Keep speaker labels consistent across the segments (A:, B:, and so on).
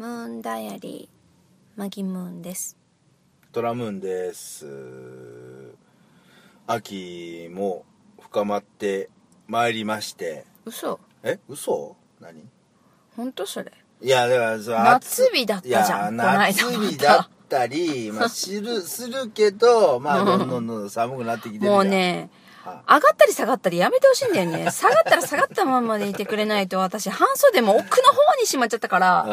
A: ンダイアリーマギムーンです
B: トラムーンです秋も深まってまいりまして
A: 嘘
B: え嘘何
A: 本当それ
B: いやだからその
A: 夏日だったじゃんこの間また
B: 夏日だったり、まあ、するするけどまあどんどんどんどん寒くなってきてるじゃん
A: もうね
B: は
A: 上がったり下がったりやめてほしいんだよね 下がったら下がったままでいてくれないと私半袖も奥の方にしまっちゃったから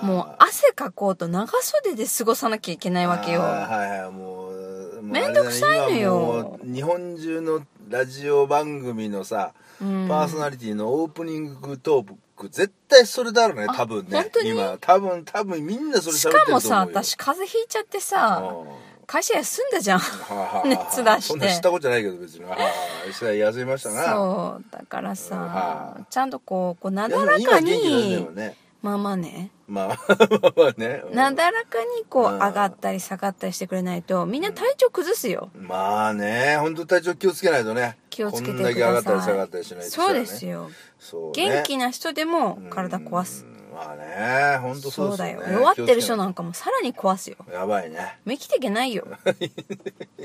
B: あー
A: もう汗かこうと長袖で過ごさなきゃいけないわけよ
B: あーはいはいもうもう
A: めんどくさいのよ
B: あれだね今もう日本中のラジオ番組のさ、
A: うん
B: パーソナリティのオープニングトーク絶対それだろうね
A: あ
B: 多分ね
A: 本当に
B: 今多分多分みんなそれ
A: し
B: 喋っ
A: か
B: てると思
A: も
B: うよ
A: さ私風邪ひいちゃってさ
B: うん
A: 会社休んだじゃん
B: はあはあはあ
A: 熱出して
B: そんな知ったことじゃないけど別にはあはあそれ休みましたな
A: そうだからさ
B: はい
A: ちゃんとこうこうない
B: や
A: だ
B: で
A: ら
B: も
A: か
B: 今元気なんだ
A: に
B: よね
A: まあまあね
B: まあ まあまあねうん
A: なだらかにこう
B: うん
A: 上がったり下がったりしてくれないとみんな体調崩すよ
B: まあね本当体調気をつけないとね
A: 気をつけてく
B: こん
A: だ
B: だ
A: さい
B: け上がったり下がったりしないと
A: そうです
B: よ
A: よ
B: そうね
A: 元気な人でも体壊す
B: うんまあね本当
A: そ
B: そう
A: う
B: です
A: だ
B: よ
A: よ
B: ね
A: 弱ってる人な
B: 気を
A: んかもさらに壊すよ
B: つけないやばいね
A: もう生きていけないよ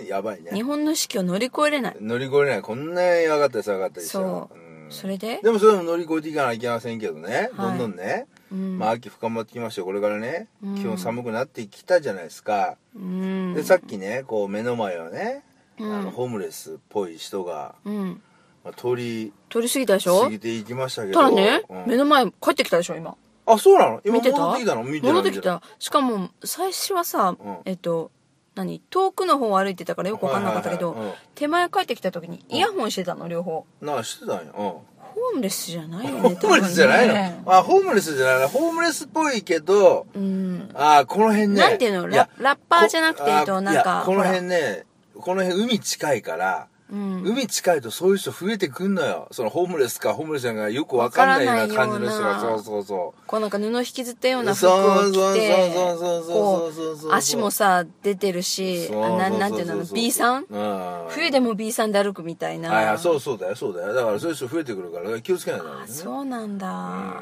B: やばいね
A: 日本の式を乗り越えれない
B: 乗り越えないこんなに上がったり下がったりして
A: そうんそれで
B: でもそれも乗り越えていかなきゃいけませんけどね、
A: はい
B: どんどんね、
A: うん
B: まあ秋深まってきましたよこれからね、
A: うん
B: 気温寒くなってきたじゃないですか、
A: うん
B: でさっきねこう目の前をね、
A: うん
B: あのホームレスっぽい人が、
A: うん
B: まあ、通り
A: 取り過ぎたでしょ
B: 過ぎていきましたけど
A: ただね
B: うん
A: 目の前帰ってきたでしょ今
B: あそうなの今
A: 見てた
B: 戻ってきたの見てない
A: 戻ってきたしかも最初はさ
B: うん
A: えっと何遠くの方を歩いてたからよく分かんなかったけ
B: はいはい
A: ど
B: はいうん
A: 手前帰ってきた時にイヤホンしてたの両方
B: なあしてたんや、うん
A: ホームレスじゃないよね
B: ホームレスじゃない
A: 多分
B: の、
A: ね
B: あホームレスじゃないのホームレスっぽいけど、
A: うん
B: ああこの辺ね
A: なんていうのラ
B: や
A: ラッパーじゃなくて
B: こ
A: えっと
B: あ
A: なんか
B: いやこの辺ねこの辺海近いから、
A: うん
B: 海近いとそういう人増えてくんのよそのホームレスかホームレスじゃないかよくわかんないような感じの人
A: わ
B: が
A: からないよう
B: そ
A: な
B: うそうそ
A: こうなんか布引きずったような
B: う
A: 服を着て
B: そうそうそうそうそうそうそう
A: こう足もさ出てるし
B: そう
A: あなんなんていうの B さん冬
B: 冬
A: でも B さんで歩くみたいな
B: はいはいそうそうだよそうだよだからそういう人増えてくるから気をつけないとダメ
A: あ
B: ですね
A: そうなんだ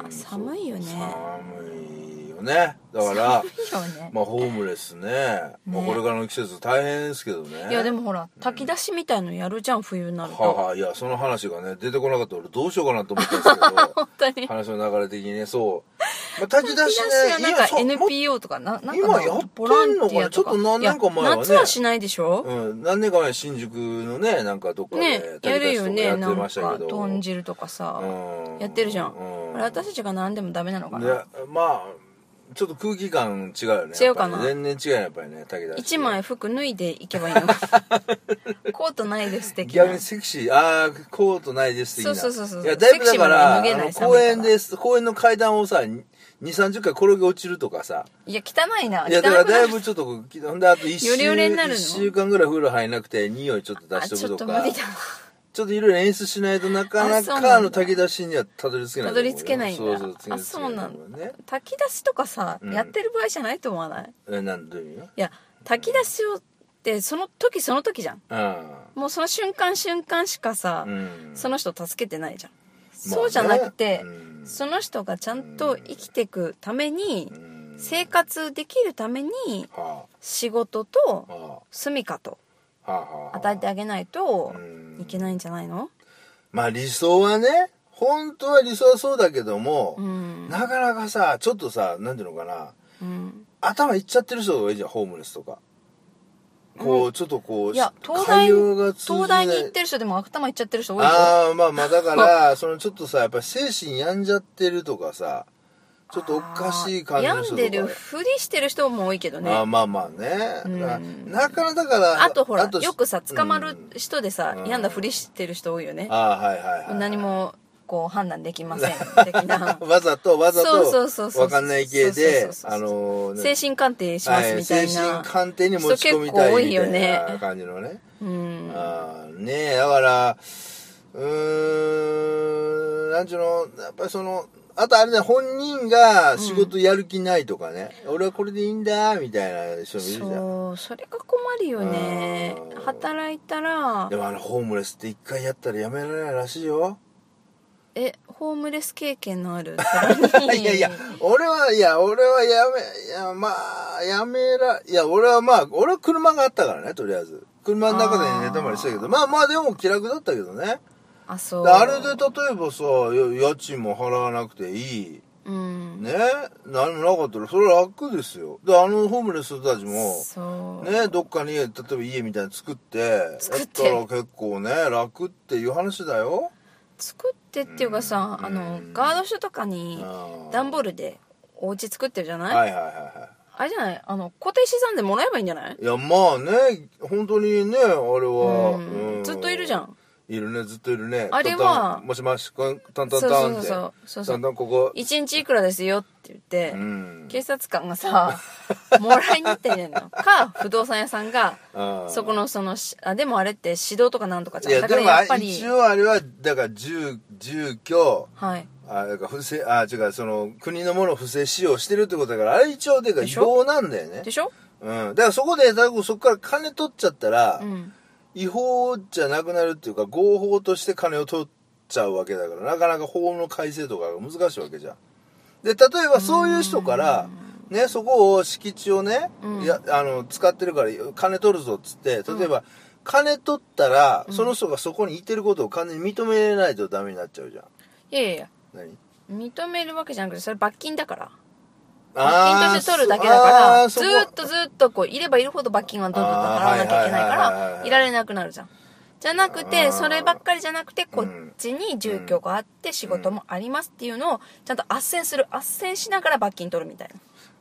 B: うん
A: 寒いよね
B: 寒いよねだから
A: 寒いよね
B: まあホームレスねまあこれからの季節大変ですけどね
A: いやでもほら炊き出しみたいのやるじゃん冬になる
B: はあ
A: と
B: はあいやその話がね出てこなかったら俺どうしようかなと思ったんですけど
A: 本当に
B: 話の流れ的にねそう、まあ、炊き出し ね
A: 炊き出しはなんか
B: そうも
A: NPO とかななんか
B: 今
A: な
B: やってんのかな
A: ボランティアとか
B: ちょっと何年か前はね
A: いや夏はしないでしょ
B: うん、何年か前新宿のねなんかどっか
A: ね
B: で
A: や
B: 炊き
A: る
B: 出し
A: よ
B: とか
A: ね
B: やっ
A: な
B: て
A: ん
B: ましたけ
A: か
B: ど、
A: 豚汁とかさ
B: うん
A: やってるじゃん
B: うん
A: あれ私たちが何でもダメなのか
B: で
A: な
B: まあちょっと空気感違うよね
A: 違うかな
B: やっぱりね全然違うよやっぱりね炊き出し
A: 一枚服脱いでいけばいい のコートないです的な
B: 逆にセクシーああコートないです的な
A: そうそうそうそう
B: やだいぶだか
A: セ
B: ら、
A: クシーもね脱げ
B: あの
A: ない
B: 公
A: 寒
B: 園
A: いから
B: です公園の階段をさ2 3 0回転げ落ちるとかさ
A: いや汚いない
B: やだ
A: 汚
B: から
A: くな
B: だ
A: る
B: いぶちょっとこうほんであと1週
A: よりよりになるの
B: 一週間ぐらい風呂入らなくて匂いちょっと
A: あ
B: 出し
A: ち
B: と
A: ょっと
B: くと
A: 無
B: か
A: 理だわ
B: ちょっといろいろ演出しないとなか
A: あ
B: な
A: そうなんだ
B: かあの炊き出しにはたどり着けない
A: たどり着けないんだ
B: そうそうたど
A: あ
B: り着け
A: そうなんだ
B: ね
A: 炊き出しとかさ、
B: うん
A: やってる場合じゃないと思わない
B: えなんどういう意味
A: いや炊き出しをってその時その時じゃん
B: あ
A: もうその瞬間瞬間しかさ
B: あ、うん
A: その人助けてないじゃん、
B: まあね
A: そうじゃなくて、
B: うん
A: その人がちゃんと生きていくために、
B: うん
A: 生活できるために
B: は
A: 仕事と
B: あは
A: 住みかと
B: あはあはあ
A: 与えてあげないと
B: うん
A: いけないんじゃないの
B: まあ理想はね本当は理想はそうだけども、
A: うん、
B: なかなかさちょっとさなんていうのかな
A: うん、
B: 頭いっちゃってる人がいいじゃんホームレスとかこう、ちょっとこう
A: いや東大
B: 会話が通じ
A: 東
B: な
A: 大
B: い
A: に行ってる人でも頭いっちゃってる人多いよ
B: ああまあまあだか らそのちょっとさやっぱり精神病んじゃってるとかさちょっとおかしい感じ
A: 病
B: の人
A: ん
B: とか
A: でるふりしてる人も多いけどね
B: あー
A: あ
B: まあまあね、
A: うん
B: ななかなかだから
A: とほらよくさ捕まる
B: うん
A: 人でさ、
B: うん
A: 病んだふりしてる人多いよね
B: ああはいはい、はい、
A: 何もこう判断できません的な
B: わざとわざ
A: そうそうそう
B: と
A: そう
B: わかんない系で
A: そうそうそ
B: あ
A: う
B: のー
A: 精神鑑定しますみたいな、
B: はい精神鑑定に持ち込みた
A: 人結構
B: いみ
A: 多い
B: た
A: よ
B: いな
A: ね
B: 感じのね
A: うん
B: あーねえだからうーんなんちゅうのやっぱりそのあとあれね本人が仕事やる気ないとかね、俺はこれでいいんだみたいな人もいるじゃん
A: そうそれが困るよね
B: うん
A: 働いたら
B: でもあのホームレスって一回やったらやめられないらしいよ
A: えホームレス経験のあるい
B: いやいや、俺は、いや、俺はやめ、いや、まあ、やめら、いや、俺はまあ、俺は車があったからね、とりあえず。車の中で寝泊まりしたけど、まあまあ、でも気楽だったけどね。
A: あそう
B: であれで例えばさ、や家賃も払わなくていい。
A: うん
B: ね何もなかったら、それは楽ですよ。で、あのホームレスの人たちも、
A: そう、
B: ねどっかに、例えば家みたいに作って、
A: 作って
B: やったら結構ね、楽っていう話だよ。
A: 作ってっていうかさ、
B: うん
A: あのガード書とかに段ボ
B: ー
A: ールでお家作ってるじゃない、
B: はいはいはいはい。
A: あれじゃないあの固定資産税もらえばいいんじゃない
B: いや、まあね、本当にね、あれは、
A: うん
B: うん
A: ずっといるじゃ。ん
B: いるね、ずっといるね。
A: あれは
B: タンタンもしもし、こんタンタ
A: そ
B: ン
A: う
B: タ
A: そ
B: ンって。
A: うそうそうそう
B: タンタンここ。
A: 1日いくらですよって言って、
B: うん。
A: 警察官が さもらいに行ってんじゃんのか不動産屋さんが
B: あー
A: そこのそのしあでもあれって指導とかなんとかじ
B: い
A: ゃんだ
B: や、で
A: から
B: もあ
A: やっぱり
B: 一応あれは、だから、住、住居、
A: はい
B: あ、だから不正、あ、違う、その、国のものを不正使用してるってことだから、あれ一応、でか、
A: で
B: 違
A: しょ
B: 法なんだよね
A: で。しょ、
B: うん。だからそこで、だからそこから金取っちゃったら、
A: うん、
B: 違法じゃなくなるっていうか合法として金を取っちゃうわけだからなかなか法の改正とかが難しいわけじゃん。で例えばそういう人から、ね、そこを敷地をね、
A: うん
B: いやあの使ってるから金取るぞっつって例えば、金取ったら、その人がそこにいてることを完全に認めないとダメになっちゃうじゃん。
A: いやいやいや
B: 何
A: 認めるわけじゃなくてそれ罰金だから罰金
B: あ
A: と
B: ー
A: して取るだけだからず
B: そ
A: ー
B: あ
A: っとずーっとこういればいるほど罰金はどんどん払わなきゃいけないか
B: あーはいはいはいはいは
A: ら
B: い
A: いられなくなるじゃんじゃなく
B: あー
A: てそればっかりじゃなくてこっちに住居があって仕事もありますっていうのをちゃんと斡旋する斡旋しながら罰金取るみたいな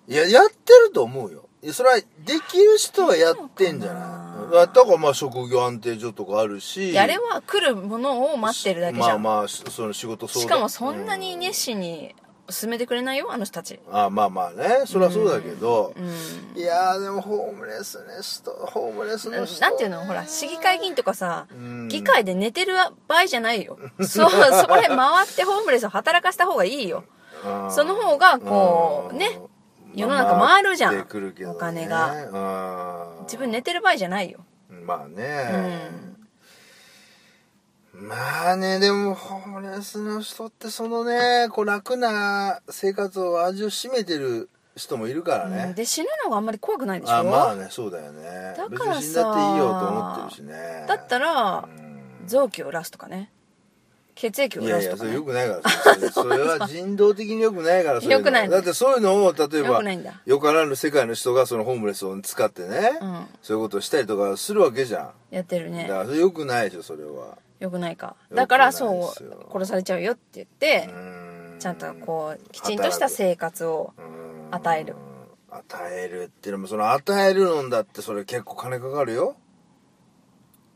A: い
B: や、やってると思うよ。いやそれは、できる人はやってんじゃないうんだから、まあ、職業安定所とかあるし。
A: やれは来るものを待ってるだけじゃん、
B: まあまあ、しその仕事相
A: し
B: 談
A: かもそんなに熱心に進めてくれないよあの人たち
B: あまあまあね、そりゃそうだけど。
A: うん
B: いやー、でも、ホームレスの人、ホームレスの人。
A: なんていうのほら市議会議員とかさ、
B: うん
A: 議会で寝てる場合じゃないよそうそこら辺回ってホームレスを働かせた方がいいよ
B: うん
A: その方がこうね世の中回るじゃん
B: 回ってくるけどね
A: お金が
B: うん
A: 自分寝てる場合じゃないよ
B: まあね、まあねでもホームレスの人ってそのねこう楽な生活を味を占めてる人もいるから
A: うん
B: ね、
A: で死ぬのがあんまり怖くないでしょ、
B: あまあねそうだよね
A: だ
B: 別
A: からさ
B: に死んだっていいよと思ってるしね
A: だったら
B: うん
A: 臓器を売らすとかね血液を
B: い
A: 売
B: や
A: ら
B: い
A: すと
B: や
A: か、
B: そ
A: ね、
B: れよ
A: よ
B: くないからそれそれは人道的によくな いからそれ
A: 良くないの
B: だってそういうのを例えば
A: くないんだ
B: よからぬ世界の人がそのホームレスを使ってね、
A: うん
B: そういうことをしたりとかするわけじゃ
A: やってる
B: ん、
A: ね
B: だからそれよくないでしょそれは
A: よくないか
B: 良くない
A: だからそ
B: ですよ
A: う殺されちゃうよって言って、
B: うん
A: ちゃんとこうきちんとした生活を
B: うん
A: 与える
B: 与えるっていうのもその与えるのだってそれ結構金かかるよ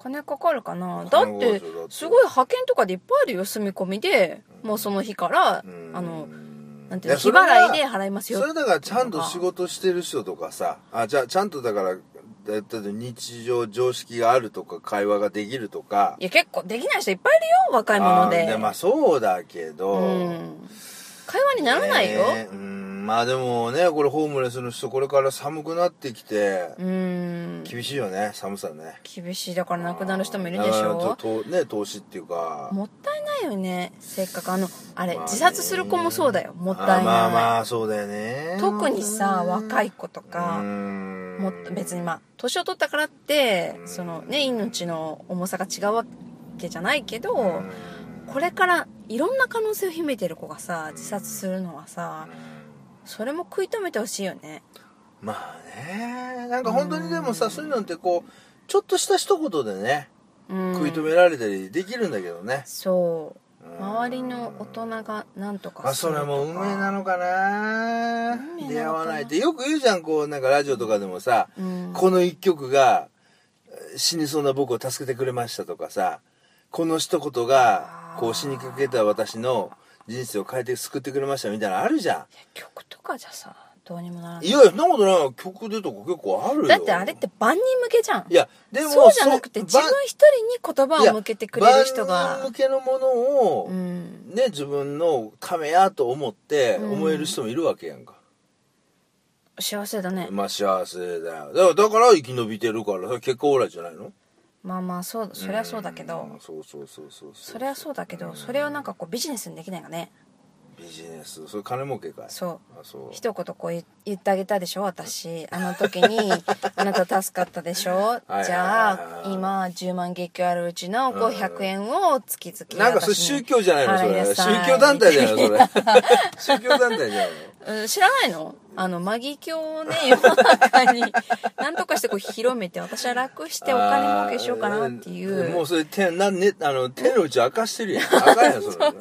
A: 金かかるかなだ
B: 金
A: っ
B: かかるで
A: て
B: しょだって
A: すごい派遣とかでいっぱいあるよ住み込みでもうその日から
B: うん
A: あのなんて
B: い
A: いう
B: や
A: の日
B: それは
A: 払いで払いますよ
B: それだからちゃんと仕事してる人とかさあじゃあちゃんとだからだだって日常常識があるとか会話ができるとか
A: いや結構できない人いっぱいいるよ若い
B: あ
A: 者
B: ー
A: で
B: でまあそうだけど、
A: うん会話にならないよ、
B: ねうんまあでもねこれホームレスの人これから寒くなってきて
A: うん
B: 厳しいよね寒さね
A: 厳しいだから亡くなる人もいるでし
B: だから
A: ょ
B: ととね投資っていうか
A: もったいないよねせっかくあのあれ
B: まあね
A: 自殺する子もそうだよもったいない、
B: あまあまあそうだよね
A: 特にさ若い子と
B: う
A: か
B: ん
A: もっと別にまあ年を取ったからってそのね命の重さが違うわけじゃないけどこれからいろんな可能性を秘めてる子がさ自殺するのはさそれも食い止めてほしいよね
B: まあねなんか本当にでもさそういうのってこうちょっとした一言でね
A: うん
B: 食い止められたりできるんだけどね、
A: そう
B: うん
A: 周りの大人がなんとか
B: あそれも運命な
A: の
B: のか
A: 運命なのか
B: な
A: な
B: 出会わないってよく言うじゃんこうなんかラジオとかでもさ、
A: うん
B: この一曲がえー死にそうな僕を助けてくれましたとかさこの一言がこう死にかけた私の人生を変えて救ってくれましたみたいなのあるじゃ
A: 曲とかじゃさどうにもなら
B: ん
A: ない
B: いやそんなことないよ曲でとか結構あるよ
A: だってあれって万人向けじゃん
B: いやでも
A: そうじゃなくて
B: そ
A: 自分一人に言
B: い
A: 葉
B: や
A: を向けてくれる人
B: 万人
A: が
B: 向けのものを、
A: うん
B: ね自分のためやと思って
A: うん
B: 思える人もいるわけやんか、
A: 幸せだね
B: まあ幸せだよだからだから生き延びてるからそれ結果オーライじゃないの
A: まあまあそうそりゃそうだけど、
B: んそうそうそうそう
A: そりゃそうだけど、それをなんかこうビジネスにできないかね
B: ビジネスそれ金儲けかい
A: そう
B: あそう
A: 一言こう言言ってあげたでしょ 私あの時にあなた助かったでしょ
B: いはいはいはい
A: じゃあ今10万月給あるうちのこう100円を月々
B: なんかそれ
A: 私に
B: 宗教じゃないのそ
A: 払い
B: れ
A: な
B: 宗
A: さい
B: 教団体じゃない のそれ宗教団体じゃない
A: うん知らないのあのマギ教をね世の中 になんとかしてこう広めて私は楽して
B: の
A: お金儲けしようかなってい
B: あー
A: う
B: もうそれ手な、ね、あの手の内明かしてるやん赤いやんそ れ
A: そうそう